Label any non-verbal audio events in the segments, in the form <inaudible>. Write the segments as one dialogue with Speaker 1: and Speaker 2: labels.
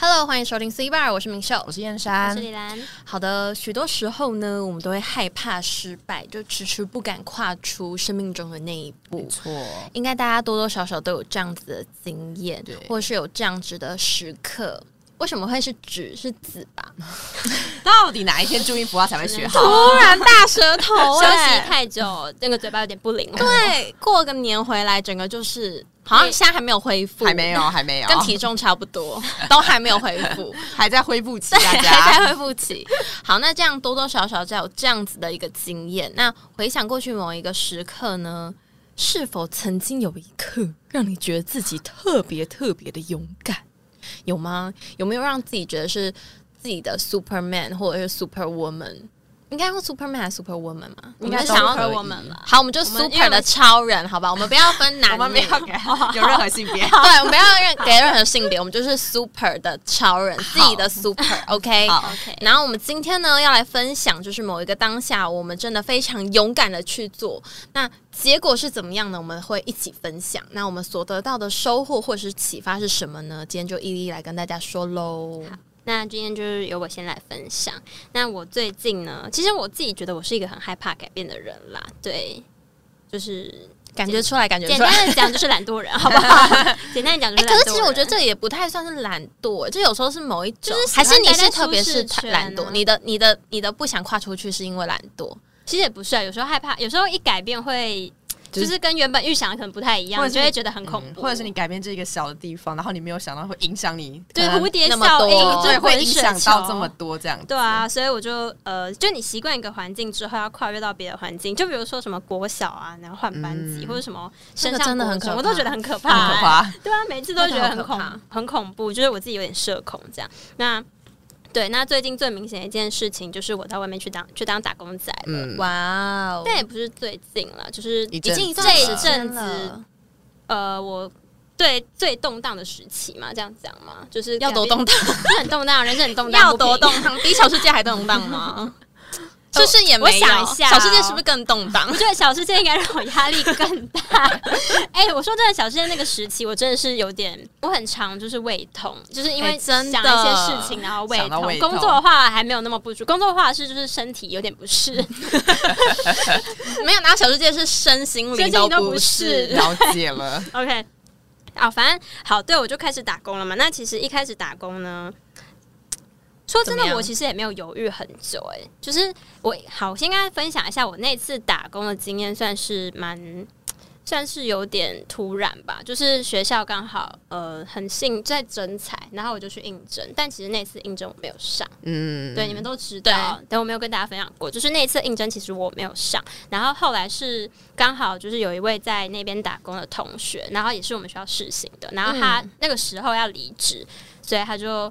Speaker 1: Hello，欢迎收听 C Bar，我是明秀
Speaker 2: 我。是燕山
Speaker 3: 是，李兰，
Speaker 1: 好的，许多时候呢，我们都会害怕失败，就迟迟不敢跨出生命中的那一
Speaker 2: 没
Speaker 1: 步。
Speaker 2: 错，
Speaker 1: 应该大家多多少少都有这样子的经验
Speaker 2: 对，
Speaker 1: 或是有这样子的时刻。为什么会是纸是子吧？
Speaker 2: 到底哪一天注音符号才会学好？
Speaker 1: 突然大舌
Speaker 2: <laughs>
Speaker 1: 头、
Speaker 3: 休息
Speaker 1: 哎
Speaker 3: 太久，那个嘴巴有点不灵哦了。
Speaker 1: 对，过个年回来，整个就是好像现在还没有恢复，
Speaker 2: 还没有，还没有，
Speaker 1: 跟体重差不多， <laughs> 都还没有恢复。
Speaker 2: <laughs> 还在恢复期，大
Speaker 1: 对，
Speaker 2: 家
Speaker 1: 还在恢复期。好，那这样多多少少就有这样子的一个经验。那回想过去某一个时刻呢，是否曾经有一刻让你觉得自己特别特别的勇敢？有吗？有没有让自己觉得是自己的 Superman 或者是 Superwoman？应该用 Superman 还是 Superwoman 吗？你
Speaker 3: 应
Speaker 1: 们
Speaker 3: 该
Speaker 1: 想
Speaker 2: 都可
Speaker 1: 要
Speaker 2: 以
Speaker 3: 我们了，
Speaker 1: 好，我们就
Speaker 3: 我们因为
Speaker 1: Super
Speaker 3: 我
Speaker 1: 的
Speaker 3: 们
Speaker 1: 超人，好吧？我们不要分男
Speaker 2: <laughs> 我
Speaker 1: 女，
Speaker 2: 们没有给有任何性 <laughs>
Speaker 1: <laughs>
Speaker 2: 别。
Speaker 1: 对，我们不要任给任何性别，我们就是 super 的超人，自己的 super，OK、
Speaker 2: 好
Speaker 3: OK，
Speaker 1: 然后我们今天呢，要来分享，就是某一个当下，我们真的非常勇敢的去做，那结果是怎么样呢？我们会一起分享。那我们所得到的收获或是启发是什么呢？今天就一一来跟大家说喽。
Speaker 3: 那今天就是由我先来分享。那我最近呢，其实我自己觉得我是一个很害怕改变的人啦。对，就是
Speaker 1: 感觉出来，感觉
Speaker 3: 简
Speaker 1: 出来。
Speaker 3: 单的讲，就是懒惰人，好不
Speaker 2: <laughs>
Speaker 3: 好？简单的讲就
Speaker 1: 哎、
Speaker 3: 是懒惰
Speaker 1: 可
Speaker 3: 人。
Speaker 1: 是其实我觉得这也不太算是懒惰，欸就有时候是某一种，
Speaker 3: 就是喜
Speaker 1: 还
Speaker 3: 欢
Speaker 1: 是你
Speaker 3: 待在
Speaker 1: 是特别
Speaker 3: 舒
Speaker 1: 是
Speaker 3: 适圈
Speaker 1: 懒惰，
Speaker 3: 啊
Speaker 1: 你的、你的、你的不想跨出去是因为懒惰，
Speaker 3: 其实也不是啊，有时候害怕，有时候一改变会。
Speaker 2: 就
Speaker 3: 就是是跟原本预想的可能不太一样，
Speaker 2: 或
Speaker 3: 你
Speaker 2: 者是
Speaker 3: 就会觉得很恐
Speaker 2: 嗯
Speaker 3: 怖，
Speaker 2: 或者是你改变这一个小的地方，然后你没有想到会影响你，
Speaker 3: 对
Speaker 2: 可能
Speaker 3: 蝴蝶
Speaker 1: 那么
Speaker 3: 效
Speaker 1: 多
Speaker 3: 应，
Speaker 1: 对
Speaker 2: 对
Speaker 3: 就
Speaker 2: 会
Speaker 3: 滚
Speaker 2: 影
Speaker 3: 雪
Speaker 2: 响到
Speaker 3: 球
Speaker 2: 这么多这样子。
Speaker 3: 对啊，所以我就呃，就你习惯一个环境之后，要跨越到别的环境，就比如说什么国小啊，然后换班级、
Speaker 2: 嗯
Speaker 3: 或者什么
Speaker 1: 那
Speaker 3: 升
Speaker 1: 个
Speaker 3: 上
Speaker 1: 真的
Speaker 3: 国
Speaker 1: 很可
Speaker 3: 中
Speaker 1: 怕
Speaker 3: 我都觉得很可怕、
Speaker 2: 很可
Speaker 3: 欸
Speaker 2: 怕。
Speaker 3: 对啊，每次都觉得
Speaker 1: 那
Speaker 3: 很
Speaker 1: 个好
Speaker 3: 恐
Speaker 1: 可怕
Speaker 3: 很恐怖，就是我自己有点社恐这样。那对，那最近最明显的一件事情就是我到外面去当去当打工仔了，
Speaker 2: 嗯，
Speaker 1: 哇哦，
Speaker 3: 但也不是最近了，就是
Speaker 2: 一
Speaker 1: 已
Speaker 2: 阵
Speaker 1: 经
Speaker 2: 子
Speaker 1: 段
Speaker 3: 这一
Speaker 1: 时
Speaker 3: 阵
Speaker 1: 间
Speaker 3: 子
Speaker 1: 了
Speaker 3: 呃，我对最动荡的时期嘛，这样讲嘛，就是
Speaker 1: 要多
Speaker 3: 改
Speaker 1: 动
Speaker 3: 变，
Speaker 1: 荡，
Speaker 3: 是 <laughs> 很动荡，人生很动荡，
Speaker 1: 要
Speaker 3: 不平
Speaker 1: 多动 <laughs> 荡，地球世界还动荡吗？ <laughs> 是不是也没有？
Speaker 3: 我想一下哦
Speaker 1: 小世界是不是更动荡
Speaker 3: 我？觉得小世界应该让我压力更大。哎、我说真的，小世界那个时期，我真的是有点，我很常就是胃痛，就是因
Speaker 1: 哎
Speaker 3: 为想
Speaker 1: 真
Speaker 3: 一
Speaker 1: 的
Speaker 3: 些事情，然后胃
Speaker 2: 想到
Speaker 3: 痛。
Speaker 2: 胃痛
Speaker 3: 工作的话还没有那么不舒服，工作的话是就是身体有点不
Speaker 2: <laughs>
Speaker 3: 适，
Speaker 1: <laughs> 没有，然后小世界是身心灵
Speaker 3: 身心灵
Speaker 1: 都
Speaker 3: 都不
Speaker 1: 是
Speaker 3: 是。
Speaker 2: 了解了，
Speaker 3: OK，啊，反正好，对我就开始打工了嘛。那其实一开始打
Speaker 1: <laughs>
Speaker 3: 工呢，说真
Speaker 1: 怎么
Speaker 3: 的，
Speaker 1: 样
Speaker 3: 我其实也没有犹豫很久、欸，哎，就是我好，我先跟大家分享一下我那次打工的经验，算是蛮。算是有点突然吧，就是学校刚好呃很幸在征才，然后我就去应征，但其实那次应征我没有上。
Speaker 2: 嗯，
Speaker 3: 对，你们都知道。但我没有跟大家分享过，就是那一次应征，其实我没有上。然后后来是刚好就是有一位在那边打工的同学，然后也是我们学校试行的，然后
Speaker 2: 嗯
Speaker 3: 他那个时候要离职，所以他就。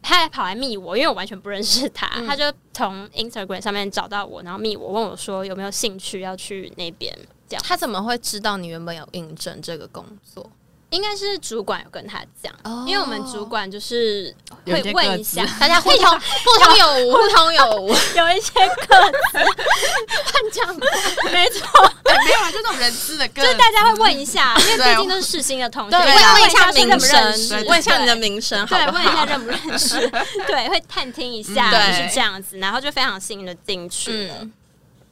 Speaker 3: 他还跑来密我，因为我完全不认识他，
Speaker 1: 嗯
Speaker 3: 他就从 Instagram 上面找到我，然后密我，问我说有没有兴趣要去那边。
Speaker 1: 他怎么会知道你原本有应征这个工作？
Speaker 3: 应该是主管有跟他讲，
Speaker 1: 哦
Speaker 3: 因为我们主管就是
Speaker 2: 有一
Speaker 3: 会
Speaker 2: 些个
Speaker 3: 问一
Speaker 2: 资
Speaker 3: 下，
Speaker 1: 大家互通 <laughs> 互通有无，互通有无。
Speaker 3: 有一些个子 <laughs> 乱讲，没错，
Speaker 2: 没有啊，就这种人资的歌
Speaker 3: 就是大家会问一下，因为
Speaker 2: 对
Speaker 3: 毕竟都是世新的同学，
Speaker 1: <laughs> 嗯对，啊问
Speaker 3: 会问
Speaker 1: 一下
Speaker 3: 说
Speaker 1: 名
Speaker 3: 认不认识
Speaker 1: 声，
Speaker 3: 对
Speaker 1: 问一下你的名声，好
Speaker 3: 对，
Speaker 1: 不
Speaker 3: 问一
Speaker 1: 好？
Speaker 3: 下认不认识，
Speaker 1: <laughs>
Speaker 3: 对，会探听一
Speaker 2: 嗯
Speaker 3: 下，
Speaker 1: 对
Speaker 3: 就是这样子，然后就非常幸运的进去了。
Speaker 1: 嗯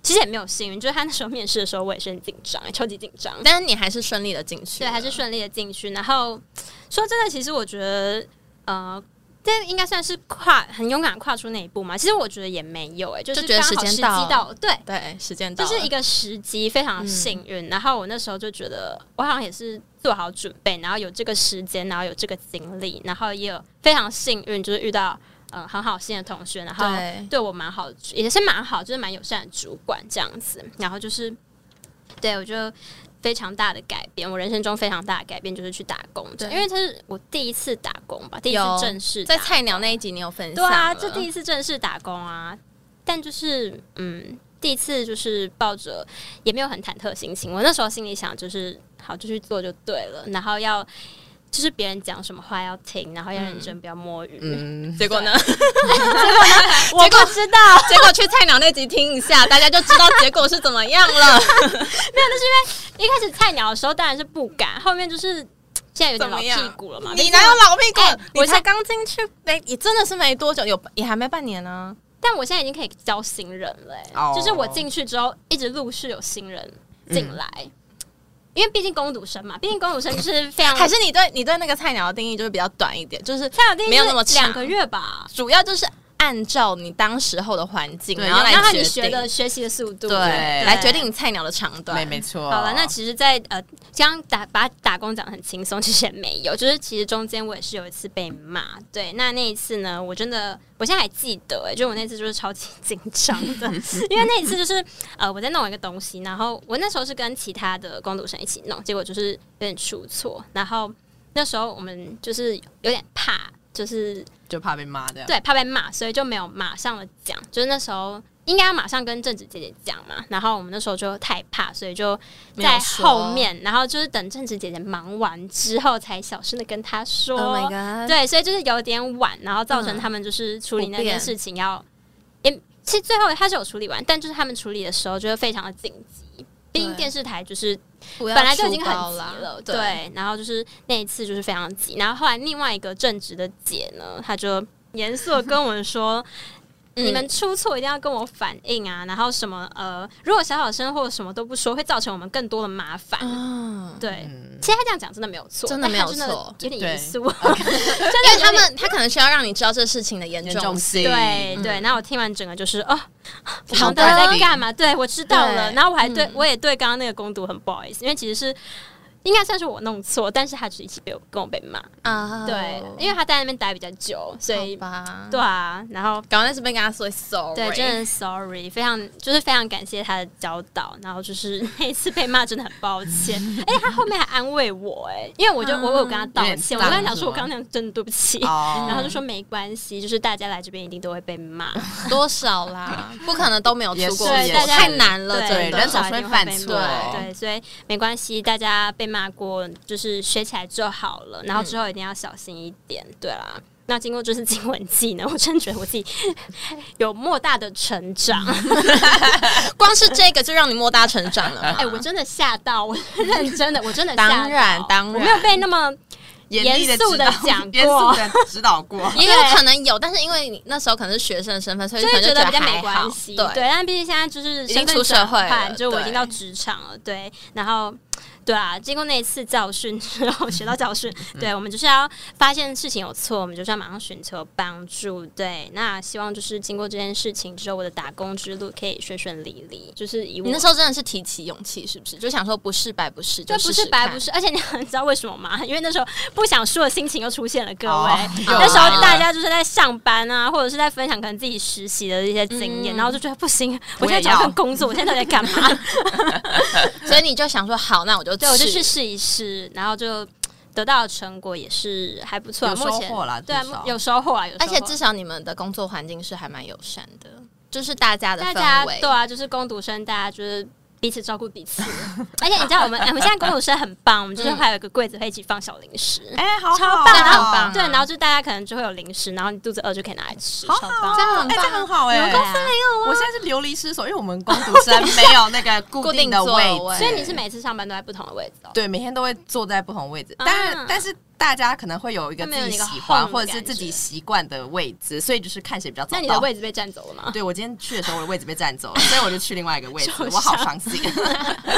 Speaker 3: 其实也没有幸运，就是他那时候面试的时候，我也是很紧张，超级紧张。
Speaker 1: 但是你还是顺利的进去
Speaker 3: 对，
Speaker 1: 了，
Speaker 3: 还是顺利的进去。然后说真的，其实我觉得，呃，这应该算是跨很勇敢跨出那一步嘛。其实我觉得也没有、哎，就
Speaker 1: 就是觉得
Speaker 3: 刚好
Speaker 1: 时间
Speaker 3: 机
Speaker 1: 到了
Speaker 3: 到，对，
Speaker 1: 对，时间到
Speaker 3: 这
Speaker 1: 了，嗯
Speaker 3: 是一个时机，非常幸运。然后我那时候就觉得，我好像也是做好准备，然后有这个时间，然后有这个经历，然后也有非常幸运，就是遇到呃很好心的同学，然后
Speaker 1: 对
Speaker 3: 对我蛮好，也是蛮好，就是蛮友善的主管这样子。然后就是，对我就非常大的改变，我人生中非常大的改变就是去打工，
Speaker 1: 对
Speaker 3: 因为这是我第一次打工吧，第一
Speaker 1: 有
Speaker 3: 次正式
Speaker 1: 在
Speaker 3: 打
Speaker 1: 菜鸟那一集你有分享
Speaker 3: 对啊，
Speaker 1: 了，
Speaker 3: 这第一次正式打工啊，但就是嗯，第一次就是抱着也没有很忐忑的心情。我那时候心里想就是，好就去做就对了，然后要就是别人讲什么话要听，然后要认真，不要摸鱼。
Speaker 2: 嗯，
Speaker 1: 结果 <laughs> 呢？
Speaker 3: 我不知道，
Speaker 1: 结果去菜鸟那集听一下，大家就知道结果是怎么样了。
Speaker 3: 一开始菜鸟的时候当然是不敢，后面就是。现在有点
Speaker 1: 怎
Speaker 3: 老
Speaker 1: 么样
Speaker 3: 屁股了嘛。
Speaker 2: 你哪有老屁股？
Speaker 1: 哎
Speaker 2: 你
Speaker 1: 我才
Speaker 2: 才
Speaker 1: 刚进去没，也真的是没多久，有也还没半年呢、
Speaker 3: 但我现在已经可以教新人了、欸
Speaker 2: 哦
Speaker 3: 就是我进去之后，一直陆续有新人进
Speaker 1: 嗯
Speaker 3: 来。因为毕竟攻读生嘛，毕竟攻读生就是非常
Speaker 1: <laughs> 还是你对你对那个菜鸟的定义就是比较短一点，就是
Speaker 3: 蔡小定
Speaker 1: 没有那么长
Speaker 3: 两个月吧。
Speaker 1: 主要就是按照你当时候的环境，
Speaker 2: 对
Speaker 1: 然后来
Speaker 3: 然后
Speaker 1: 决
Speaker 3: 你
Speaker 1: 定
Speaker 3: 学的学习的速度，
Speaker 1: 对，来决定你哦菜鸟的长短。
Speaker 2: 没没错。
Speaker 3: 好了，那其实在，呃，将打把打工讲得很轻松，其实也没有，就是其实中间我也是有一次被骂，对，那那一次呢，我真的我现在还记得、欸，就我那次就是超级 <laughs> 紧张的，因为那一次就是呃我在弄一个东西，然后我那时候是跟其他的工读生一起弄，结果就是有点出错，然后那时候我们就是有点怕，就是
Speaker 2: 就怕被骂这样。
Speaker 3: 对，怕被骂，所以就没有马上的讲。就是那时候应该要马上跟正直姐姐讲嘛，然后我们那时候就太怕，所以就
Speaker 1: 没有
Speaker 3: 在
Speaker 1: 说
Speaker 3: 后面，然后就是等正直姐姐忙完之后，才小声的跟她说。
Speaker 1: ，Oh my god！
Speaker 3: 对，所以就是有点晚，然后造成
Speaker 1: 嗯
Speaker 3: 他们就是处理那
Speaker 1: 不便
Speaker 3: 件事情要，也、其实最后他是有处理完，但就是他们处理的时候就是非常的紧急。毕竟
Speaker 1: 对
Speaker 3: 电视台就是
Speaker 1: 不要
Speaker 3: 本来就已经
Speaker 1: 出
Speaker 3: 很
Speaker 1: 包
Speaker 3: 急
Speaker 1: 啦
Speaker 3: 了，
Speaker 1: 对，
Speaker 3: 对。然后就是那一次就是非常急，然后后来另外一个正直的姐呢，她就严肃的跟我们说。
Speaker 1: <laughs> 嗯
Speaker 3: 你们出错一定要跟我反映啊！然后什么呃，如果小小声或者什么都不说，会造成我们更多的麻烦。
Speaker 1: 嗯，
Speaker 3: 对，
Speaker 2: 嗯，
Speaker 3: 其实他这样讲真的没有错，
Speaker 1: 真的
Speaker 3: 但
Speaker 1: 没有
Speaker 3: 她真的
Speaker 1: 错
Speaker 3: 有点
Speaker 2: 对
Speaker 3: 严肃。 <laughs>
Speaker 1: 因为他们他可能需要让你知道这事情的严
Speaker 2: 严重
Speaker 1: 性。
Speaker 2: 性
Speaker 3: 对
Speaker 1: 嗯
Speaker 3: 对，然后我听完整个就是哦，我
Speaker 1: 好
Speaker 3: 们到底
Speaker 1: 的
Speaker 3: 在干嘛？对我知道了，
Speaker 1: 对
Speaker 3: 然后我还对、
Speaker 1: 嗯
Speaker 3: 我也对刚刚那个攻读很不好意思，因为其实是应该算是我弄错，但是他只是一起被我跟我被骂，
Speaker 1: 啊，
Speaker 3: 对，因为他在那边待比较久，所以
Speaker 1: 好吧，
Speaker 3: 对，啊，然后
Speaker 1: 赶快在这边跟他说 sorry，
Speaker 3: 对，真的很 sorry，非常就是非常感谢他的教导，然后就是那一次被骂真的很抱
Speaker 1: <laughs>
Speaker 3: 歉，哎、他后面还安慰我、哎，因为我就我我有跟
Speaker 1: 嗯
Speaker 3: 他道
Speaker 2: 有点
Speaker 3: 歉，我跟他
Speaker 2: 丧
Speaker 3: 讲
Speaker 2: 是
Speaker 3: 说我
Speaker 2: 吗
Speaker 3: 刚刚那样真的对不起。
Speaker 2: 哦
Speaker 3: 然后他就说没关系，就是大家来这边一定都会被骂，
Speaker 1: 多少
Speaker 3: <laughs>
Speaker 1: 啦，不可能都没有
Speaker 2: 也
Speaker 1: 出过
Speaker 2: 是
Speaker 1: 错，
Speaker 2: 也是
Speaker 1: 太难了，
Speaker 3: 对，
Speaker 1: 真
Speaker 2: 人
Speaker 1: 的。
Speaker 2: 总是会犯错
Speaker 1: 哦
Speaker 3: 对对，所以没关系，大家被骂过就是学起来就好了，
Speaker 1: 嗯
Speaker 3: 然后之后一定要小心一点，对啦。那经过这次经文记呢，我真的觉得我
Speaker 1: <laughs>
Speaker 3: 自己有莫大的成长。
Speaker 1: 光是这个就让你莫大成长了嘛。
Speaker 3: <laughs> 哎、我真的吓到，我认真的，我真的吓到
Speaker 1: 当然当然
Speaker 3: 我没有被那么
Speaker 2: 严厉地
Speaker 3: 严肃地
Speaker 2: 指导
Speaker 1: <laughs>。
Speaker 3: 讲过
Speaker 2: 严肃的指导过
Speaker 1: 也有可能有，但是因为你那时候可能是学生的身份，所以
Speaker 3: 就
Speaker 1: 可
Speaker 3: 会
Speaker 1: 能
Speaker 3: 觉
Speaker 1: 觉
Speaker 3: 得比较没
Speaker 1: 还好
Speaker 3: 关系，
Speaker 1: 对，
Speaker 3: 但毕竟现在就是
Speaker 1: 已经
Speaker 3: 身份
Speaker 1: 出社会
Speaker 3: 转换
Speaker 1: 了
Speaker 3: 就我已经
Speaker 1: 对
Speaker 3: 到职场了，对，然后。对啊，经过那一次教训之后， <laughs> 学到教训，对我们就是要发现事情有错，我们就是要马上寻求帮助。对，那希望就是经过这件事情之后，我的打工之路可以顺顺利利。就是以我
Speaker 1: 你那时候真的是提起勇气，是不是？就想说不是白不是，
Speaker 3: 就
Speaker 1: 试
Speaker 3: 不
Speaker 1: 试
Speaker 3: 是白
Speaker 1: 看
Speaker 3: 不是，而且你很知道为什么吗？因为那时候不想输的心情又出现了，各位。
Speaker 2: 哦有
Speaker 3: 那时候
Speaker 1: 啊
Speaker 3: 大家就是在上班啊，或者是在分享可能自己实习的一些经验，
Speaker 1: 嗯
Speaker 3: 然后就觉得不行，我
Speaker 2: 我
Speaker 3: 现在
Speaker 2: 也
Speaker 3: 找份
Speaker 2: 要
Speaker 3: 工作，我现在到底在干嘛？
Speaker 1: 所以你就想说好，那我就
Speaker 3: 对我就
Speaker 1: 试
Speaker 3: 去试一试，然后就得到的成果也是还不错、啊，
Speaker 2: 有
Speaker 3: 目
Speaker 2: 收
Speaker 3: 前
Speaker 2: 获啦
Speaker 3: 对啊
Speaker 2: 至少
Speaker 3: 有收获啊，有收获。
Speaker 1: 而且至少你们的工作环境是还蛮友善的，就是大家的
Speaker 3: 大家
Speaker 1: 氛围。
Speaker 3: 对啊，就是工读生，大家就是。彼此照顾彼此，而且你知道我们，哎我们现在工读生很棒，我们就是
Speaker 1: 嗯
Speaker 3: 还有一个柜子会一起放小零食，
Speaker 2: <laughs> 哎，好
Speaker 3: 超
Speaker 2: 好
Speaker 3: 棒，
Speaker 1: 这样
Speaker 3: 然
Speaker 1: 很
Speaker 3: 后
Speaker 1: 棒
Speaker 3: 对，然后就大家可能就会有零食，然后你肚子饿就可以拿来吃，
Speaker 2: 好
Speaker 3: 超
Speaker 2: 好
Speaker 3: 棒。
Speaker 1: 这样很
Speaker 2: 哎，
Speaker 1: 棒
Speaker 2: 这很好哎。
Speaker 3: 你们公司没有啊
Speaker 2: 我现在是流离失所，因为我们工读生没有
Speaker 3: <laughs>
Speaker 2: 那个固定的
Speaker 1: 固定座
Speaker 2: 位
Speaker 1: 位
Speaker 2: 置，
Speaker 3: 所以你是每次上班都在不同的位置哦。
Speaker 2: 啊对每天都会坐在不同位置，
Speaker 3: 啊
Speaker 2: 但但是大家可能会有一个
Speaker 3: 他
Speaker 2: 自
Speaker 3: 们有
Speaker 2: 己
Speaker 3: 那个
Speaker 2: 喜欢
Speaker 3: home
Speaker 2: 或者
Speaker 3: 的
Speaker 2: 是
Speaker 3: 感觉
Speaker 2: 自己习惯的位置，所以就是看谁比较
Speaker 3: 那
Speaker 2: 早到。
Speaker 3: 你的位置被占走了吗？
Speaker 2: 对我今天去的时候，我的位置被占走了，所以我就去另外一个位置
Speaker 3: 受，伤
Speaker 2: 我好伤心。 <laughs>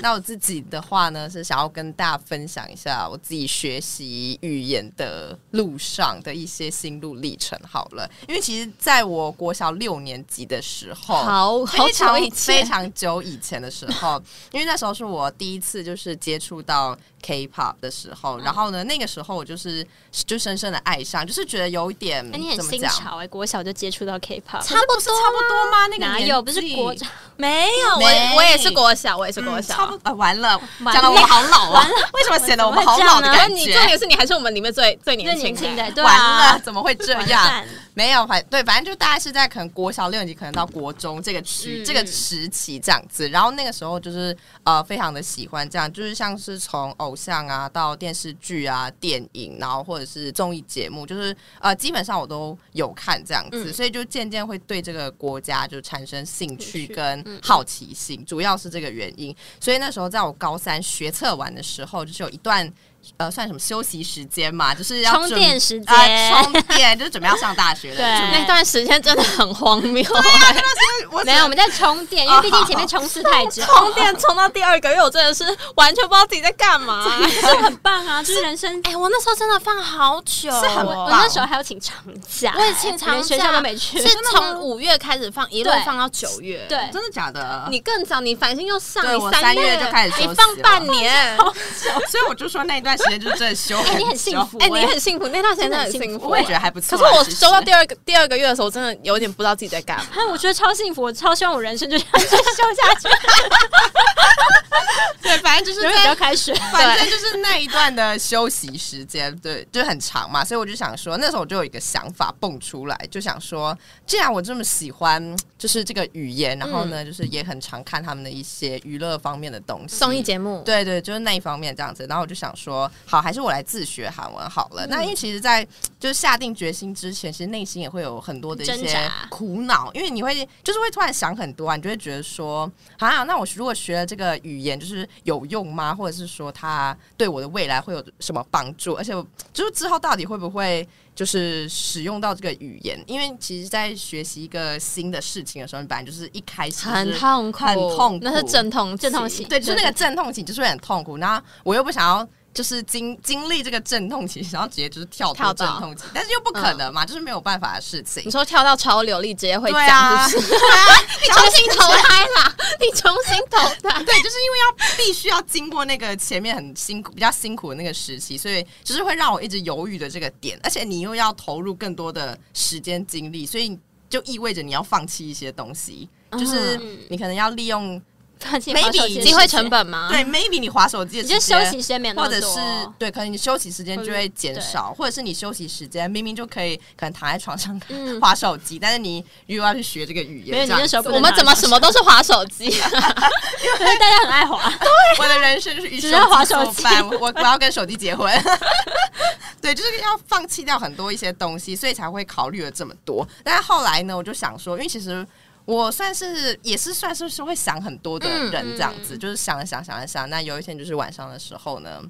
Speaker 2: 那我自己的话呢，是想要跟大家分享一下我自己学习语言的路上的一些心路历程。好了，因为其实在我国小六年级的时候，
Speaker 1: 好好
Speaker 2: 非
Speaker 1: 久
Speaker 2: 常
Speaker 1: 以
Speaker 2: 非
Speaker 1: 前，
Speaker 2: 常久以前的时候，因为那时候是我第一次就是接触到 K-pop 的时候，然后呢，那个时候我就是就深深的爱上，就是觉得有一点
Speaker 3: 哎，你很
Speaker 2: 怎么
Speaker 3: 新
Speaker 2: 讲，
Speaker 3: 潮哎，国小就接触到 K-pop，
Speaker 2: 差不多差不多吗？那个
Speaker 3: 哪
Speaker 2: 年
Speaker 3: 有？不是
Speaker 2: 纪
Speaker 3: 国啊
Speaker 1: 没有
Speaker 2: 没
Speaker 1: 我我也是国小，我也是国
Speaker 2: 嗯
Speaker 1: 小。
Speaker 2: 差不多、呃完了，
Speaker 3: 完
Speaker 2: 讲的我
Speaker 3: 了
Speaker 2: 好老啊！为什么显得我们好老的
Speaker 3: 怎
Speaker 1: 那
Speaker 3: 么
Speaker 2: 感
Speaker 1: 你
Speaker 2: 觉
Speaker 1: 重？点是你还是我们里面最最
Speaker 3: 最
Speaker 1: 年轻
Speaker 3: 年轻的，对
Speaker 2: 完
Speaker 3: 啊
Speaker 2: 了，，怎么会这
Speaker 3: 完
Speaker 2: 样？
Speaker 3: 蛋
Speaker 2: 没有，反对，反正就大概是在可能国小六年级，可能到国中这个区、
Speaker 3: 嗯
Speaker 2: 这个时期这样子。然后那个时候就是呃，非常的喜欢这样，就是像是从偶像啊到电视剧啊、电影，然后或者是综艺节目，就是呃，基本上我都有看这样子，
Speaker 1: 嗯
Speaker 2: 所以就渐渐会对这个国家就产生兴趣
Speaker 3: 兴趣
Speaker 2: 跟
Speaker 3: 嗯
Speaker 2: 好奇心，主要是这个原因。所以那时候在我高三学测完的时候，就是有一段呃算什么休息时间嘛，就是要
Speaker 3: 充
Speaker 2: 准
Speaker 3: 电时间，
Speaker 2: 啊，充电就是准备要上大学了。
Speaker 3: 对
Speaker 2: 准备
Speaker 1: 那段时间真的很荒谬，啊 <laughs>
Speaker 2: 我只
Speaker 3: 没有我们在充电，因为毕竟前面冲刺太久，
Speaker 2: 哦
Speaker 1: 充电充到第二个月，我真的是完全不知道自己在干嘛、
Speaker 3: 这很棒啊，就是人生。
Speaker 1: 哎、我那时候真的放好久，
Speaker 2: 是很
Speaker 3: 我
Speaker 2: 棒
Speaker 3: 我那时候还要请长假，
Speaker 1: 我也请长假
Speaker 3: 连学校都没去，
Speaker 1: 是啊从五月开始放，一路
Speaker 3: 对
Speaker 1: 放到九月。
Speaker 3: 对
Speaker 2: 真的假的？
Speaker 1: 你更早，你繁星又上，
Speaker 2: 对
Speaker 1: 你
Speaker 2: 我三月
Speaker 1: 月
Speaker 2: 就开始休息
Speaker 1: 你放半年， <laughs>
Speaker 2: 所以我就说那一段时间就是真的休很
Speaker 3: 哎
Speaker 2: 久，
Speaker 3: 你很幸福
Speaker 1: 哎、你很幸福，那段时间真的很
Speaker 3: 真的很
Speaker 1: 幸
Speaker 3: 幸
Speaker 1: 福。
Speaker 2: 我也觉得还不
Speaker 1: 可
Speaker 2: 错啊。
Speaker 1: 是我
Speaker 2: 其实
Speaker 1: 收到第二个第二个月的时候，我真的有点不知道自己在干嘛。
Speaker 3: 啊，我觉得超幸福，我超希望我人生就这样 <laughs> 继续修下去，
Speaker 2: <laughs> 对，反正就是
Speaker 3: 永远不要
Speaker 2: 在。
Speaker 3: 开学。
Speaker 2: 反正就是那一段的休息时间，对，就很长嘛，所以我就想说，那时候我就有一个想法蹦出来，就想说，既然我这么喜欢就是这个语言，然后呢，
Speaker 3: 嗯
Speaker 2: 就是也很常看他们的一些娱乐方面的东西，
Speaker 1: 综艺节目，
Speaker 2: 对对，就是那一方面这样子。然后我就想说，好，还是我来自学韩文好
Speaker 1: 嗯
Speaker 2: 了。那因为其实在，就是下定决心之前，其实内心也会有很多的一
Speaker 3: 挣
Speaker 2: 些
Speaker 3: 扎
Speaker 2: 苦恼，因为你会就是会突然想很多啊，你就会觉得说，啊，那我如果学了这个语言，就是有用吗？或者是说它对我的未来会有什么帮助？而且我就是之后到底会不会？就是使用到这个语言，因为其实，在学习一个新的事情的时候，你本来就是一开始就是
Speaker 1: 很痛苦，
Speaker 2: 很痛苦
Speaker 1: 那是阵痛
Speaker 3: 阵痛期
Speaker 1: 期。
Speaker 2: 对，就是那个阵痛期，就是会很痛苦。然后我又不想要，就是经经历这个阵痛期，然后直接就是跳
Speaker 1: 跳到嗯
Speaker 2: 脱阵痛期，但是又不可能嘛，就是没有办法的事情
Speaker 1: 你。说跳到超流利，直接会
Speaker 2: 对
Speaker 1: 讲，
Speaker 2: 啊，
Speaker 1: 是不是？
Speaker 2: <laughs> 对啊
Speaker 1: <laughs> 你重新投胎啦！ <laughs> 你重新投胎，
Speaker 2: 对，就是因为要必须要经过那个前面很辛苦、比较辛苦的那个时期，所以就是会让我一直犹豫的这个点，而且你又要投入更多的时间精力，所以就意味着你要放弃一些东西，就是
Speaker 3: 嗯
Speaker 2: 你可能要利用
Speaker 3: 放弃
Speaker 2: Maybe
Speaker 3: 保守这件
Speaker 1: 机会
Speaker 3: 事情
Speaker 1: 成，本吗？
Speaker 2: 对，maybe 你划手机的
Speaker 3: 你
Speaker 2: 时
Speaker 3: 就
Speaker 2: 间，
Speaker 3: 休息时间没有那
Speaker 2: 或
Speaker 3: 么
Speaker 2: 者是
Speaker 3: 多。
Speaker 2: 对，可能你休息时间就会减
Speaker 3: 对
Speaker 2: 少，或者是你休息时间明明就可以，可能躺在床上
Speaker 3: 嗯
Speaker 2: <laughs> 划手机，但是你又要去学这个语
Speaker 3: 没有
Speaker 2: 言，
Speaker 3: 你
Speaker 2: 这样
Speaker 3: 那时候
Speaker 2: 子
Speaker 3: 不
Speaker 1: 我们怎么什么都是滑手机？ <laughs>
Speaker 3: 因为大家很爱滑，
Speaker 2: <laughs> 我的人生就是与
Speaker 3: 只要滑
Speaker 2: 机作
Speaker 3: 手机
Speaker 2: 伴，我我要跟手机结婚。 <laughs> 对，就是要放弃掉很多一些东西，所以才会考虑了这么多。但是后来呢，我就想说，因为其实我算是也是算是是会想很多的人，这样
Speaker 1: 嗯
Speaker 2: 子、就是想了想想了想。那有一天就是晚上的时候呢。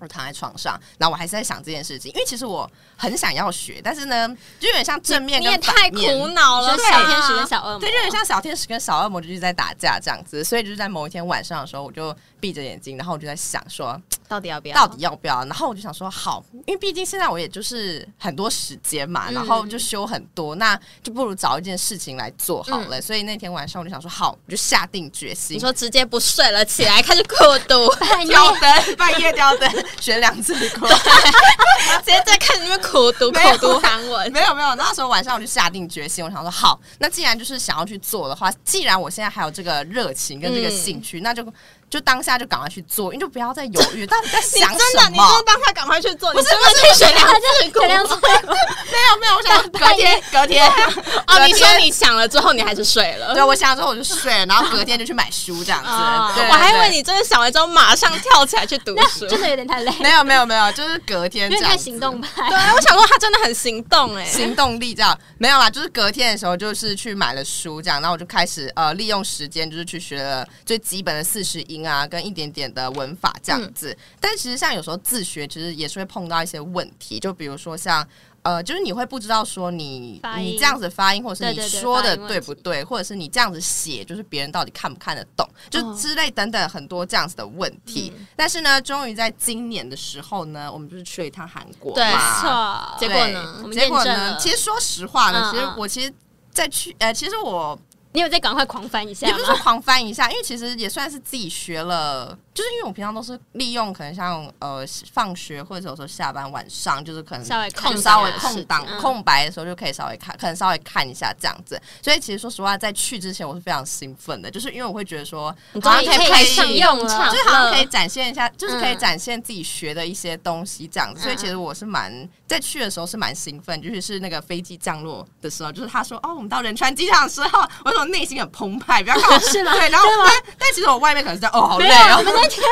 Speaker 2: 我躺在床上，然后我还是在想这件事情，因为其实我很想要学，但是呢，就有点像正面
Speaker 1: 你也
Speaker 2: 跟反
Speaker 1: 太
Speaker 2: 面
Speaker 1: 苦恼了
Speaker 3: 说
Speaker 1: 吧，
Speaker 3: 小天使跟小恶魔，
Speaker 2: 啊对，就有点像小天使跟小恶魔就是在打架这样子，所以就是在某一天晚上的时候，我就闭着眼睛，然后我就在想说，
Speaker 1: 到底要不要？
Speaker 2: 到底要不要？然后我就想说，好，因为毕竟现在我也就是很多时间嘛，
Speaker 3: 嗯
Speaker 2: 然后就修很多，那就不如找一件事情来做好了。所以那天晚上我就想说，好，我就下定
Speaker 1: 嗯
Speaker 2: 决
Speaker 1: 你
Speaker 2: 心。
Speaker 1: 说直接不睡了起来，开始苦 <laughs> 读，哎
Speaker 3: 半夜
Speaker 2: 吊灯， <laughs> 半夜吊灯，选两次过。
Speaker 1: 直接在看你们苦读苦
Speaker 2: 没有
Speaker 1: 读韩文。
Speaker 2: <laughs> 没有没有，那时候晚上我就下定决心，我想说好，那既然就是想要去做的话，既然我现在还有这个热情跟这个兴
Speaker 1: 嗯
Speaker 2: 趣，那就就当下就赶快去做，因为就不要再犹豫，到底在想什么？
Speaker 1: 当他赶快去做，你真
Speaker 2: 不是
Speaker 1: 去选两次
Speaker 3: 这样子
Speaker 1: 苦。
Speaker 2: <laughs> 没有没有，我想隔
Speaker 1: <laughs>
Speaker 2: 天隔天
Speaker 1: 哦，你
Speaker 2: 隔
Speaker 1: 说
Speaker 2: 天
Speaker 1: 你想了之后，你还是睡了。
Speaker 2: 对，我想了之后我就睡了，然后隔天就去买书这样子。
Speaker 3: 哦
Speaker 2: 对
Speaker 1: 我还以为。
Speaker 2: 对
Speaker 1: 你真的想完之后马上跳起来去读书
Speaker 3: 那，真的有点太累，
Speaker 2: 对没有没有没有，就是隔天
Speaker 3: 因
Speaker 2: 这
Speaker 3: 为
Speaker 2: 样
Speaker 3: 太
Speaker 2: 子
Speaker 3: 行动派
Speaker 1: 对，。啊我想说他真的很行动哎、
Speaker 3: 欸
Speaker 2: 行动力这样没有啦，就是隔天的时候就是去买了书这样，然后我就开始呃利用时间就是去学了最基本的四十音啊，跟一点点的文法这样子。
Speaker 3: 嗯
Speaker 2: 但其实像有时候自学，其实也是会碰到一些问题，就比如说像。呃，就是你会不知道说你
Speaker 3: 发音
Speaker 2: 你这样子发音，或者是
Speaker 3: 对
Speaker 2: 你
Speaker 3: 对对
Speaker 2: 说
Speaker 3: 发
Speaker 2: 的
Speaker 3: 音问
Speaker 2: 对不对，或者是你这样子写，就是别人到底看不看得懂，就
Speaker 1: 哦
Speaker 2: 之类等等很多这样子的问题。
Speaker 3: 嗯
Speaker 2: 但是呢，终于在今年的时候呢，我们就是去了一趟韩国
Speaker 1: 对
Speaker 2: 嘛，
Speaker 3: 没错，
Speaker 1: 结果呢
Speaker 3: 我们
Speaker 2: 结
Speaker 3: 验
Speaker 2: 果
Speaker 3: 证
Speaker 2: 呢
Speaker 3: 了？。
Speaker 2: 其实说实话呢，
Speaker 3: 嗯
Speaker 2: 其实
Speaker 3: 嗯
Speaker 2: 我其实。在去呃，其实我
Speaker 3: 你有再赶快狂翻一下
Speaker 2: 也不是说
Speaker 3: 吗？
Speaker 2: 狂翻一下，因为其实也算是自己学了，就是因为我平常都是利用可能像呃放学或者有时候下班晚上，就是可能
Speaker 3: 稍微看
Speaker 1: 空
Speaker 3: 一下
Speaker 2: 稍微
Speaker 1: 的时
Speaker 2: 空
Speaker 1: 间
Speaker 2: 档、
Speaker 3: 嗯
Speaker 2: 空白的时候就可以稍微看，可能稍微看一下这样子。所以其实说实话，在去之前我是非常兴奋的，就是因为我会觉得说，
Speaker 1: 你
Speaker 2: 好
Speaker 1: 终
Speaker 2: 像
Speaker 1: 于
Speaker 2: 可
Speaker 1: 可
Speaker 2: 以
Speaker 1: 以
Speaker 2: 开
Speaker 1: 派
Speaker 2: 始
Speaker 1: 上用场
Speaker 2: 就是好像可以
Speaker 1: 了。
Speaker 2: 展现一下，就是可以
Speaker 3: 嗯
Speaker 2: 展现自己学的一些东西这样子。所以其实我是蛮在去的时候是蛮兴奋，就是是那个飞机降落的时候，就是他说哦，我们到仁川机场的时候，我说内心很澎湃，不要看我
Speaker 3: 是吗
Speaker 2: 对，然后
Speaker 3: 对吗
Speaker 2: 但但其实我外面可能是在哦好
Speaker 3: 没
Speaker 2: 累
Speaker 3: 有，我
Speaker 2: 哦，
Speaker 3: 们那天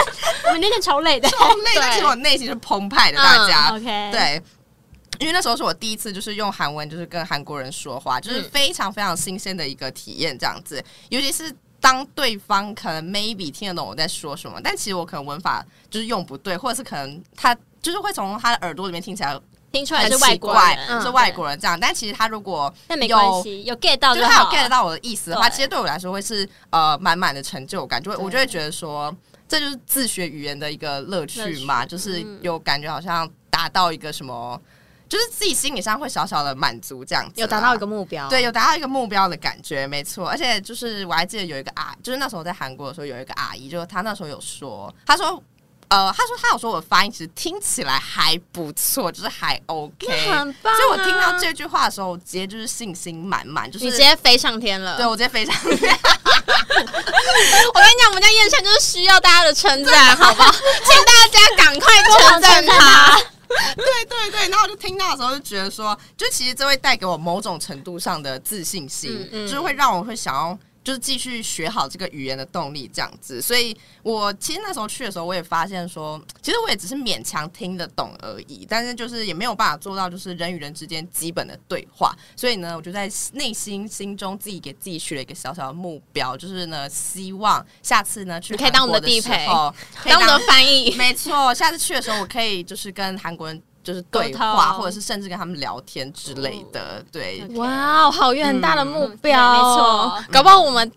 Speaker 3: 我们那天超累的。
Speaker 2: 好累， <laughs> 但其实我内心是澎湃的，大家。
Speaker 1: 啊
Speaker 3: OK，，
Speaker 2: 对。因为那时候是我第一次，就是用韩文，就是跟韩国人说话，就是
Speaker 1: 嗯
Speaker 2: 非常非常新鲜的一个体验，这样子。尤其是当对方可能 maybe 听得懂我在说什么，但其实我可能文法就是用不对，或者是可能他就是会从他的耳朵里面听起来
Speaker 3: 听出来
Speaker 2: 很
Speaker 3: 是
Speaker 2: 奇
Speaker 3: 外国
Speaker 2: 怪
Speaker 3: 人，，
Speaker 1: 嗯
Speaker 2: 是外国人这样。但其实他如果
Speaker 3: 但没关系，有 get 到
Speaker 1: 哦
Speaker 2: 就
Speaker 3: 就是
Speaker 2: 他有
Speaker 3: 好。
Speaker 2: get 到我的意思的话，
Speaker 3: 对
Speaker 2: 其实对我来说会是呃满满的成就感，就会
Speaker 1: 对
Speaker 2: 我就会觉得说，这就是自学语言的一个乐趣嘛，
Speaker 3: 乐趣
Speaker 2: 就是
Speaker 3: 嗯
Speaker 2: 有感觉好像达到一个什么，就是自己心理上会小小的满足这样子啦，
Speaker 1: 有达到一个目标，
Speaker 2: 对，有达到一个目标的感觉，没错。而且就是我还记得有一个阿，就是那时候在韩国的时候有一个阿姨，就是她那时候有说，她说。呃，她说她有说我的发音其实听起来还不错，就是还 OK，、
Speaker 1: 那很棒啊
Speaker 2: 所以我听到这句话的时候，我直接就是信心满满，就是
Speaker 1: 你直接飞上天了。
Speaker 2: 对我直接飞上去，
Speaker 1: 我跟你讲，我们家燕山就是需要大家的称赞，好不 <laughs> 好？请大家赶快称赞他。
Speaker 2: 对对对，然后我就听到的时候就觉得说，就其实这会带给我某种程度上的自信心，
Speaker 1: 嗯嗯
Speaker 2: 就是会让我会想要。就是继续学好这个语言的动力，这样子。所以我其实那时候去的时候，我也发现说，其实我也只是勉强听得懂而已，但是就是也没有办法做到就是人与人之间基本的对话。所以呢，我就在内心心中自己给自己许了一个小小的目标，就是呢，希望下次呢去
Speaker 1: 你可以当
Speaker 2: 韩
Speaker 1: 我
Speaker 2: 国
Speaker 1: 们
Speaker 2: 的
Speaker 1: 的地
Speaker 2: 时
Speaker 1: 陪
Speaker 2: 候可以
Speaker 1: 啊当我们
Speaker 2: 当
Speaker 1: 的翻译，
Speaker 2: 没错，下次去的时候我可以就是跟韩国人就是对
Speaker 3: 沟
Speaker 2: 话，
Speaker 3: 通
Speaker 2: 或者是甚至跟他们聊天之类的。对，
Speaker 1: 哇，好远很大的目标
Speaker 3: 嗯
Speaker 1: 哦，
Speaker 3: 对没
Speaker 1: 搞不好我们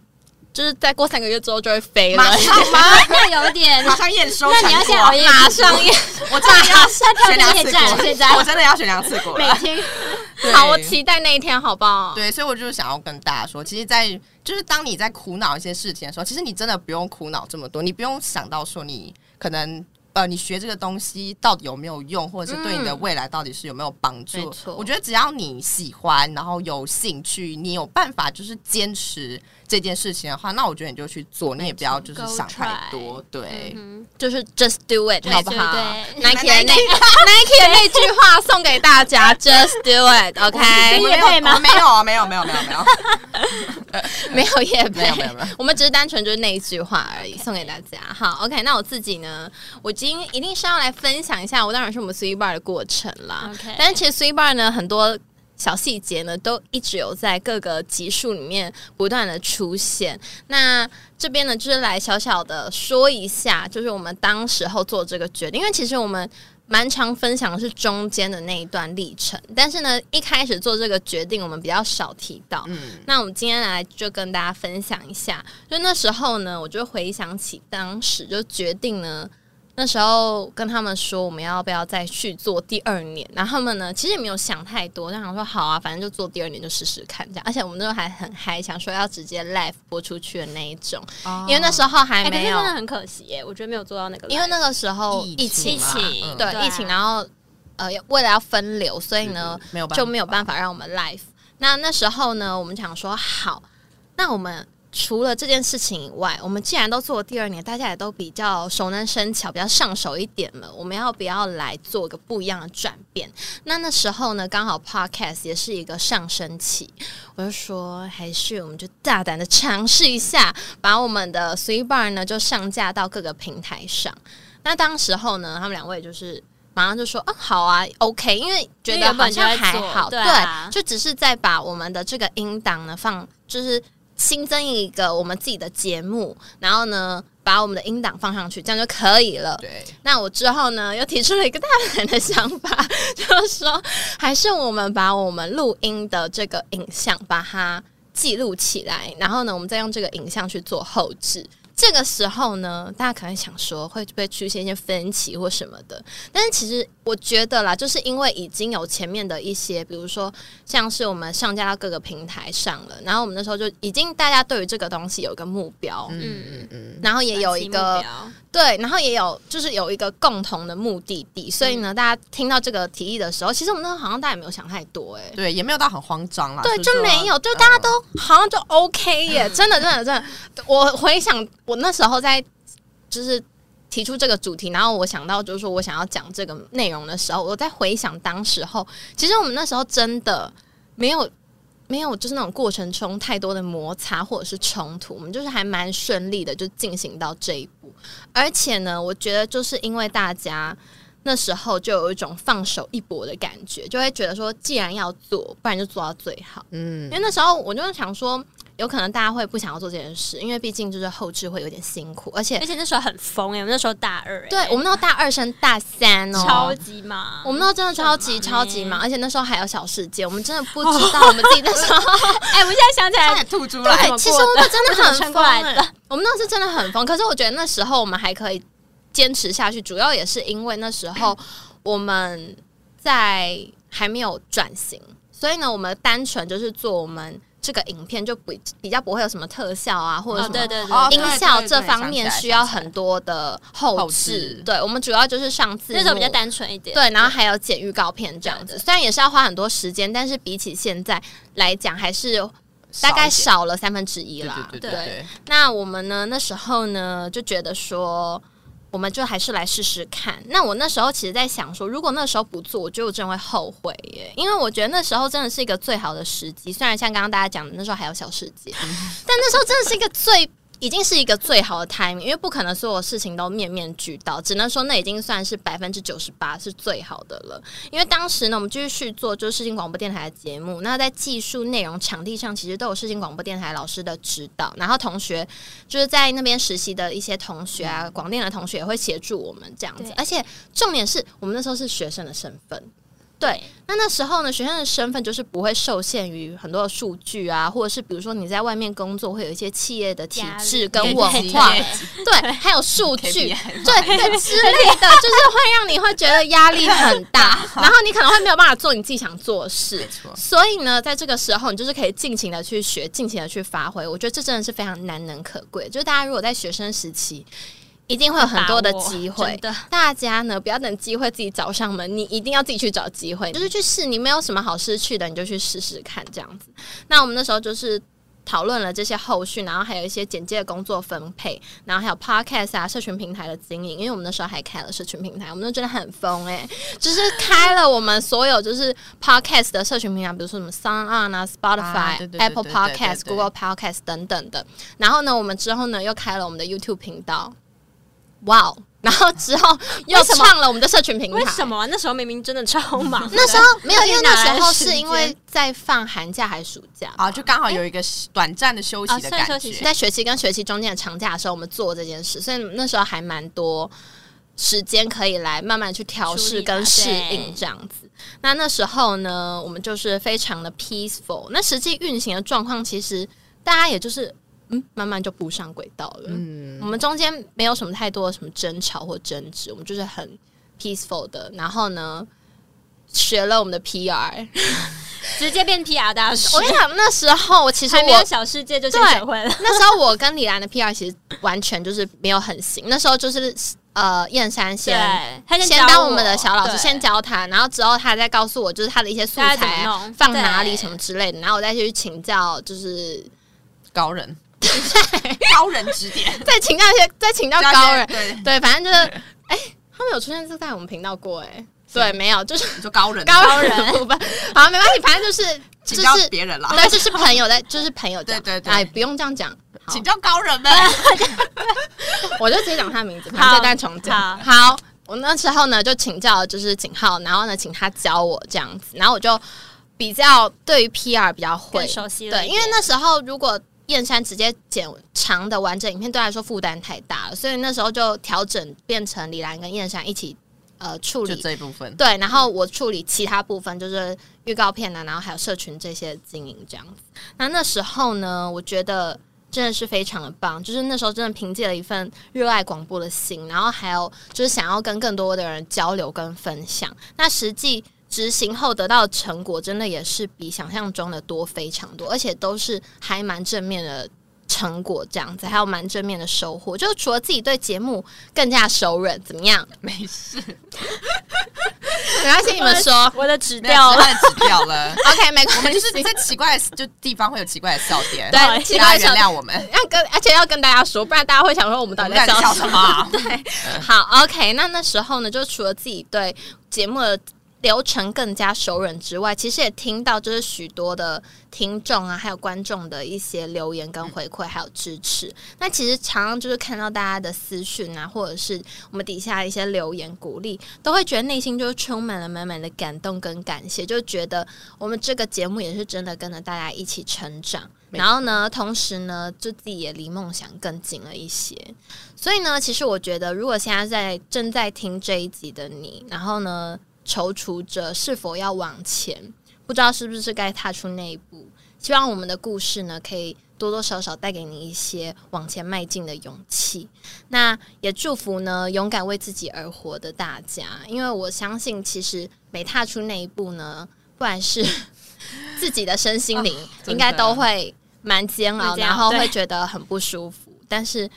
Speaker 1: 就是再过三个月之后就会飞了
Speaker 2: 马。上吗？
Speaker 3: <laughs> 那有
Speaker 1: <laughs>
Speaker 3: 一点，
Speaker 2: 马上验收成
Speaker 3: 那
Speaker 2: 果。
Speaker 3: 你要先熬夜，
Speaker 1: 马上耶！
Speaker 2: 我真的要选两
Speaker 3: 马上跳
Speaker 2: 次
Speaker 3: 毕业站现
Speaker 2: 国，
Speaker 3: 在
Speaker 2: 我真的要选两次
Speaker 1: <laughs>
Speaker 2: 国
Speaker 3: 每
Speaker 2: 了。
Speaker 3: 天
Speaker 2: 对
Speaker 1: 好，我期待那一天，好不好？
Speaker 2: 对，所以我就是想要跟大家说，其实在，就是当你在苦恼一些事情的时候，其实你真的不用苦恼这么多，你不用想到说你可能呃，你学这个东西到底有没有用，或者是对你的
Speaker 1: 嗯
Speaker 2: 未来到底是有没有帮助。
Speaker 1: 没错
Speaker 2: 我觉得只要你喜欢，然后有兴趣，你有办法就是坚持这件事情的话，那我觉得你就去做，你也不要就是
Speaker 3: ，go
Speaker 2: 想太
Speaker 3: try
Speaker 2: 多。对， <laughs>
Speaker 3: 嗯
Speaker 1: 就是 just do it，
Speaker 3: 对
Speaker 1: 好不好
Speaker 3: 对对
Speaker 1: ？Nike 的那 <laughs> Nike 的那句话送给大 <laughs> 家，just do it，OK？
Speaker 3: 我们
Speaker 2: 我们没有
Speaker 3: 业配吗
Speaker 2: 我们没有啊，没有，没有，没有，没有，
Speaker 1: <laughs> 没有也
Speaker 2: 没有，没有，没有。
Speaker 1: 我们只是单纯就是那一句话而已送给大家。好，OK，那我自己呢，我今天一定是要来分享一下我当然是我们 Three Bar 的过程啦。
Speaker 3: OK
Speaker 1: 但是其实 Three Bar 呢，很多小细节呢，都一直有在各个集数里面不断的出现。那这边呢，就是来小小的说一下，就是我们当时候做这个决定，因为其实我们。蛮常分享的是中间的那一段历程，但是呢，一开始做这个决定，我们比较少提到。
Speaker 2: 嗯，
Speaker 1: 那我们今天来就跟大家分享一下，就那时候呢，我就回想起当时就决定呢，那时候跟他们说我们要不要再去做第二年，然后他们呢其实也没有想太多，就想说好啊，反正就做第二年就试试看这样，而且我们那时候还很嗨，想说要直接 live 播出去的那一种，
Speaker 2: 哦
Speaker 1: 因为那时候还
Speaker 3: 哎，可是
Speaker 1: 没
Speaker 3: 真
Speaker 1: 有，
Speaker 3: 的很可惜耶，我觉得没有做到那个 live，
Speaker 1: 因为那个时候疫
Speaker 3: 情
Speaker 1: 嘛
Speaker 3: 疫情
Speaker 1: 对
Speaker 3: 对啊
Speaker 1: 疫情，然后呃为了要分流，所以呢。
Speaker 2: 嗯没有办法，
Speaker 1: 就没有办法让我们 live。那那时候呢，我们想说好，那我们除了这件事情以外，我们既然都做了第二年，大家也都比较熟能生巧，比较上手一点了，我们要不要来做个不一样的转变？那那时候呢，刚好 podcast 也是一个上升期，我就说还是我们就大胆的尝试一下，把我们的 Three Bar 呢就上架到各个平台上。那当时候呢，他们两位就是马上就说：“啊，好啊，OK。”因为觉得
Speaker 3: 因为原
Speaker 1: 好
Speaker 3: 本就
Speaker 1: 像
Speaker 3: 在
Speaker 1: 还
Speaker 3: 做
Speaker 1: 好，
Speaker 3: 对啊
Speaker 1: 就只是在把我们的这个音档呢放，就是新增一个我们自己的节目，然后呢把我们的音档放上去，这样就可以了。
Speaker 2: 对。
Speaker 1: 那我之后呢，又提出了一个大胆的想法， <laughs> 就是说，还是我们把我们录音的这个影像把它记录起来，然后呢，我们再用这个影像去做后置。这个时候呢，大家可能想说会不会出现一些分歧或什么的，但是其实我觉得啦，就是因为已经有前面的一些，比如说像是我们上架到各个平台上了，然后我们那时候就已经大家对于这个东西有一个目标，
Speaker 2: 嗯嗯嗯，
Speaker 1: 然后也有一个
Speaker 3: 短期目标
Speaker 1: 对，然后也有就是有一个共同的目的地，所以呢，大家听到这个提议的时候，其实我们那时候好像大家也没有想太多、哎，
Speaker 2: 对，也没有到很慌张啦。
Speaker 1: 对，
Speaker 2: 是
Speaker 1: 就
Speaker 2: 说
Speaker 1: 没有，就
Speaker 2: 嗯
Speaker 1: 大家都好像就 OK 耶，真的，真的，真的，我回想我那时候在就是提出这个主题，然后我想到就是说我想要讲这个内容的时候，我在回想当时候，其实我们那时候真的没有。没有，就是那种过程中太多的摩擦或者是冲突，我们就是还蛮顺利的就进行到这一步。而且呢，我觉得就是因为大家那时候就有一种放手一搏的感觉，就会觉得说，既然要做，不然就做到最好。
Speaker 2: 嗯
Speaker 1: 因为那时候我就想说，有可能大家会不想要做这件事，因为毕竟就是后置会有点辛苦，而且
Speaker 3: 而且那时候很疯哎、我们那时候大二、欸，
Speaker 1: 对我们那时候大二升大三哦，
Speaker 3: 超级忙，
Speaker 1: 我们那时候真的超级
Speaker 3: 很
Speaker 1: 超
Speaker 3: 忙
Speaker 1: 级
Speaker 3: 欸
Speaker 1: 忙，而且那时候还有小世界，我们真的不知道我们自己那时候
Speaker 3: 哎、我现在想起
Speaker 2: 差
Speaker 3: 来
Speaker 2: 点吐出
Speaker 3: 对
Speaker 2: 来
Speaker 3: 怎么。
Speaker 1: 哎其实
Speaker 3: 过
Speaker 1: 我
Speaker 3: 的
Speaker 1: 们真的
Speaker 3: 我怎么
Speaker 1: 很疯、
Speaker 3: 撑过来的
Speaker 1: 欸我们那时候真的很疯，可是我觉得那时候我们还可以坚持下去，主要也是因为那时
Speaker 2: <coughs>
Speaker 1: 候我们在还没有转型，所以呢，我们单纯就是做我们这个影片就比比较不会有什么特效啊，或者
Speaker 3: 哦，
Speaker 1: 什么
Speaker 3: 对对对，
Speaker 2: 哦
Speaker 1: 音效
Speaker 2: 对对对
Speaker 1: 这方面
Speaker 2: 想起来
Speaker 1: 需要
Speaker 2: 想起来
Speaker 1: 很多的后
Speaker 2: 后
Speaker 1: 置
Speaker 2: 置。
Speaker 1: 对，我们主要就是上次
Speaker 3: 那时候比较单纯一点，
Speaker 1: 对，然后还有剪预告片这样
Speaker 3: 对
Speaker 1: 子，
Speaker 3: 对
Speaker 1: 虽然也是要花很多时间，但是比起现在来讲，还是大概
Speaker 2: 少
Speaker 1: 少了三分之
Speaker 2: 一
Speaker 1: 一
Speaker 2: 点
Speaker 1: 啦。
Speaker 2: 对
Speaker 3: 对
Speaker 2: 对对对，
Speaker 1: 那我们呢？那时候呢，就觉得说，我们就还是来试试看。那我那时候其实在想说，如果那时候不做，我觉得我真的会后悔耶，因为我觉得那时候真的是一个最好的时机。虽然像刚刚大家讲的，那时候还有小世界，但那时候真的是一个最。已经是一个最好的 timing，因为不可能所有事情都面面俱到，只能说那已经算是百分之九十八是最好的了。因为当时呢，我们继续做就是视听广播电台的节目，那在技术、内容、场地上，其实都有视听广播电台老师的指导，然后同学就是在那边实习的一些同学啊，广电的同学也会协助我们这样子
Speaker 3: 嗯对。
Speaker 1: 而且重点是我们那时候是学生的身份，
Speaker 3: 对
Speaker 1: 那那时候呢，学生的身份就是不会受限于很多的数据啊，或者是比如说你在外面工作会有一些企业的体
Speaker 3: 压力
Speaker 1: 制跟
Speaker 3: 对
Speaker 1: 文
Speaker 3: 对
Speaker 1: 化，
Speaker 3: 对
Speaker 1: <laughs> 对，还有数据
Speaker 2: KPI
Speaker 1: 对对之类的，就是会让你会觉得压力很大，然后你可能会没有办法做你自己想做的事
Speaker 2: 没。错，
Speaker 1: 所以呢，在这个时候，你就是可以尽情的去学，尽情的去发挥。我觉得这真的是非常难能可贵。就是大家如果在学生时期，一定会有很多的机
Speaker 3: 把握
Speaker 1: 会
Speaker 3: 真的。
Speaker 1: 大家呢，不要等机会自己找上门，你一定要自己去找机会，就是去试。你没有什么好失去的，你就去试试看，这样子。那我们那时候就是讨论了这些后续，然后还有一些简介的工作分配，然后还有 podcast 啊，社群平台的经营。因为我们那时候还开了社群平台，我们都真的很疯哎、就是开了我们所有就是 podcast 的社群平台，比如说什么 Sound On 啊、
Speaker 2: 啊
Speaker 1: Spotify
Speaker 2: 对、对对
Speaker 1: Apple
Speaker 2: 对对对
Speaker 1: Podcast、
Speaker 2: 对
Speaker 1: Google Podcast 等等的。然后呢，我们之后呢又开了我们的 YouTube 频道，哇、哦！然后之后又
Speaker 3: 为什么
Speaker 1: 创了我们的社群平台，
Speaker 3: 为什么啊、那时候明明真的超忙的，
Speaker 1: 那时候
Speaker 3: <laughs>
Speaker 1: 没有，因为那时候
Speaker 3: 哪来的时
Speaker 1: 是
Speaker 3: 间
Speaker 1: 因为在放寒假还是暑假吧，
Speaker 2: 好，啊就刚好有一个短暂的哎休息
Speaker 3: 啊
Speaker 2: 的
Speaker 3: 算
Speaker 2: 感
Speaker 3: 休息
Speaker 1: 是
Speaker 2: 觉。
Speaker 1: 在学期跟学期中间的长假的时候，我们做这件事，所以那时候还蛮多时间可以来慢慢去调
Speaker 3: 处
Speaker 1: 试
Speaker 3: 理
Speaker 1: 跟
Speaker 3: 嘛
Speaker 1: 适
Speaker 3: 对
Speaker 1: 应这样子。那那时候呢，我们就是非常的 peaceful。那实际运行的状况，其实大家也就是嗯，慢慢就步上轨道了。
Speaker 2: 嗯
Speaker 1: 我们中间没有什么太多的什么争吵或争执，我们就是很 peaceful 的。然后呢，学了我们的 PR。
Speaker 3: 直接变 PR 大
Speaker 1: <laughs>
Speaker 3: 师，
Speaker 1: 我跟你讲，那时候其实
Speaker 3: 还没
Speaker 1: 我
Speaker 3: 有小世界就先
Speaker 1: 对
Speaker 3: 学会了，
Speaker 1: <laughs> 那时候我跟李兰的 PR 其实完全就是没有很行，那时候就是呃燕山先。
Speaker 3: 对，他
Speaker 1: 先
Speaker 3: 教
Speaker 1: 当我们的小老师，
Speaker 3: 对
Speaker 1: 先教他，然后之后他再告诉我，就是他的一些素
Speaker 3: 大家
Speaker 1: 材啊
Speaker 3: 怎么弄
Speaker 1: 放哪里
Speaker 3: 对
Speaker 1: 什么之类的，然后我再去请教，就是
Speaker 2: 高人，高人指 <laughs> 点，
Speaker 1: 再请教一些，再请教
Speaker 2: 大
Speaker 1: 高
Speaker 2: 家
Speaker 1: 人，
Speaker 2: <laughs> 对，
Speaker 1: 对，反正就是，哎、他们有出现是在我们频道过、哎，对，没有，就是
Speaker 2: 你说高人，
Speaker 1: 高人的部分，好，没关系，反正就是，
Speaker 2: 请
Speaker 1: 就
Speaker 2: 教
Speaker 1: 是，
Speaker 2: 别人啦，
Speaker 1: 对，就是朋友在，就是朋友讲，
Speaker 2: 对对对
Speaker 1: 哎，不用这样讲，好
Speaker 2: 请教高人们。
Speaker 1: 我就直接讲他的名字，
Speaker 3: 好
Speaker 1: 反正这段重讲。
Speaker 3: 好
Speaker 1: 好，我那时候呢就请教就是景浩，然后呢请他教我这样子，然后我就比较对于 PR 比较会
Speaker 3: 更，熟悉了一
Speaker 1: 对，
Speaker 3: 点，。
Speaker 1: 因为那时候如果燕山直接剪长的完整影片，对他来说负担太大了，所以那时候就调整变成李兰跟燕山一起呃处
Speaker 2: 就
Speaker 1: 理
Speaker 2: 这一部分，
Speaker 1: 对，然后我处理其他部分，就是预告片啊，然后还有社群这些经营这样子。那那时候呢，我觉得真的是非常的棒，就是那时候真的凭借了一份热爱广播的心，然后还有就是想要跟更多的人交流跟分享。那实际执行后得到的成果，真的也是比想象中的多非常多，而且都是还蛮正面的。成果这样子，还有蛮正面的收获，就是除了自己对节目更加熟稔，怎么样？
Speaker 2: 没事，
Speaker 1: <laughs> 没关系，你们说
Speaker 2: <laughs>
Speaker 3: 我的纸
Speaker 2: 没有
Speaker 3: 掉
Speaker 2: 纸
Speaker 3: 了，
Speaker 2: 太指掉 <laughs> 了。
Speaker 1: OK，没
Speaker 2: 我们
Speaker 1: 关
Speaker 2: 就
Speaker 1: 系。
Speaker 2: 是在奇怪的就地方会有奇怪的笑点，
Speaker 1: 对
Speaker 2: 大家
Speaker 1: 奇怪的笑
Speaker 2: 原谅我们。
Speaker 1: 要跟，而且要跟大家说，不然大家会想说我们
Speaker 2: 我
Speaker 1: 到底
Speaker 2: 们
Speaker 1: 在
Speaker 2: 在
Speaker 1: 笑
Speaker 2: 笑
Speaker 1: 什
Speaker 2: 什
Speaker 1: 么。
Speaker 2: 么？
Speaker 1: 好，OK，那那时候呢，就除了自己对节目的流程更加熟稔之外，其实也听到就是许多的听众啊，还有观众的一些留言跟回馈，还有支持。那其实常常就是看到大家的私讯啊，或者是我们底下一些留言鼓励，都会觉得内心就是充满了满满的感动跟感谢，就觉得我们这个节目也是真的跟着大家一起成长。
Speaker 2: 没错
Speaker 1: 然后呢，同时呢，就自己也离梦想更近了一些。所以呢，其实我觉得，如果现在在正在听这一集的你，然后呢，踌躇着是否要往前，不知道是不是该踏出那一步，希望我们的故事呢，可以多多少少带给你一些往前迈进的勇气。那也祝福呢，勇敢为自己而活的大家，因为我相信，其实每踏出那一步呢，不管是 <laughs> 自己的身心灵，
Speaker 2: 啊真的
Speaker 1: 应该都会蛮煎熬，
Speaker 3: 会这样
Speaker 1: 然后
Speaker 3: 对
Speaker 1: 会觉得很不舒服。但是，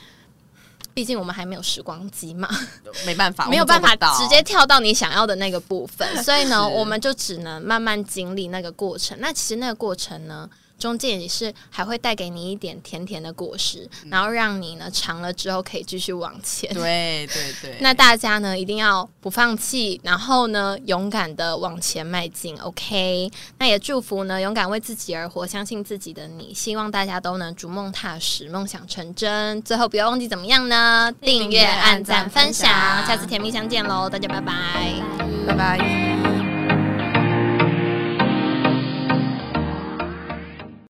Speaker 1: 毕竟我们还没有时光机嘛，
Speaker 2: <laughs> 没办
Speaker 1: <laughs>
Speaker 2: 法，
Speaker 1: 没有
Speaker 2: 啊我
Speaker 1: 办
Speaker 2: 们做不
Speaker 1: 法
Speaker 2: 到
Speaker 1: 直接跳到你想要的那个部分，
Speaker 2: <laughs>
Speaker 1: 所以呢，
Speaker 2: 是
Speaker 1: 我们就只能慢慢经历那个过程。那其实那个过程呢，中间也是还会带给你一点甜甜的果实，
Speaker 2: 嗯
Speaker 1: 然后让你呢尝了之后可以继续往前。
Speaker 2: 对对对，
Speaker 1: 那大家呢，一定要不放弃，然后呢，勇敢的往前迈进。OK，那也祝福呢，勇敢为自己而活，相信自己的你。希望大家都能逐梦踏实，梦想成真。最后不要忘记怎么样呢？订阅、按赞、分享，下次甜蜜相见喽！大家拜拜
Speaker 2: 拜拜。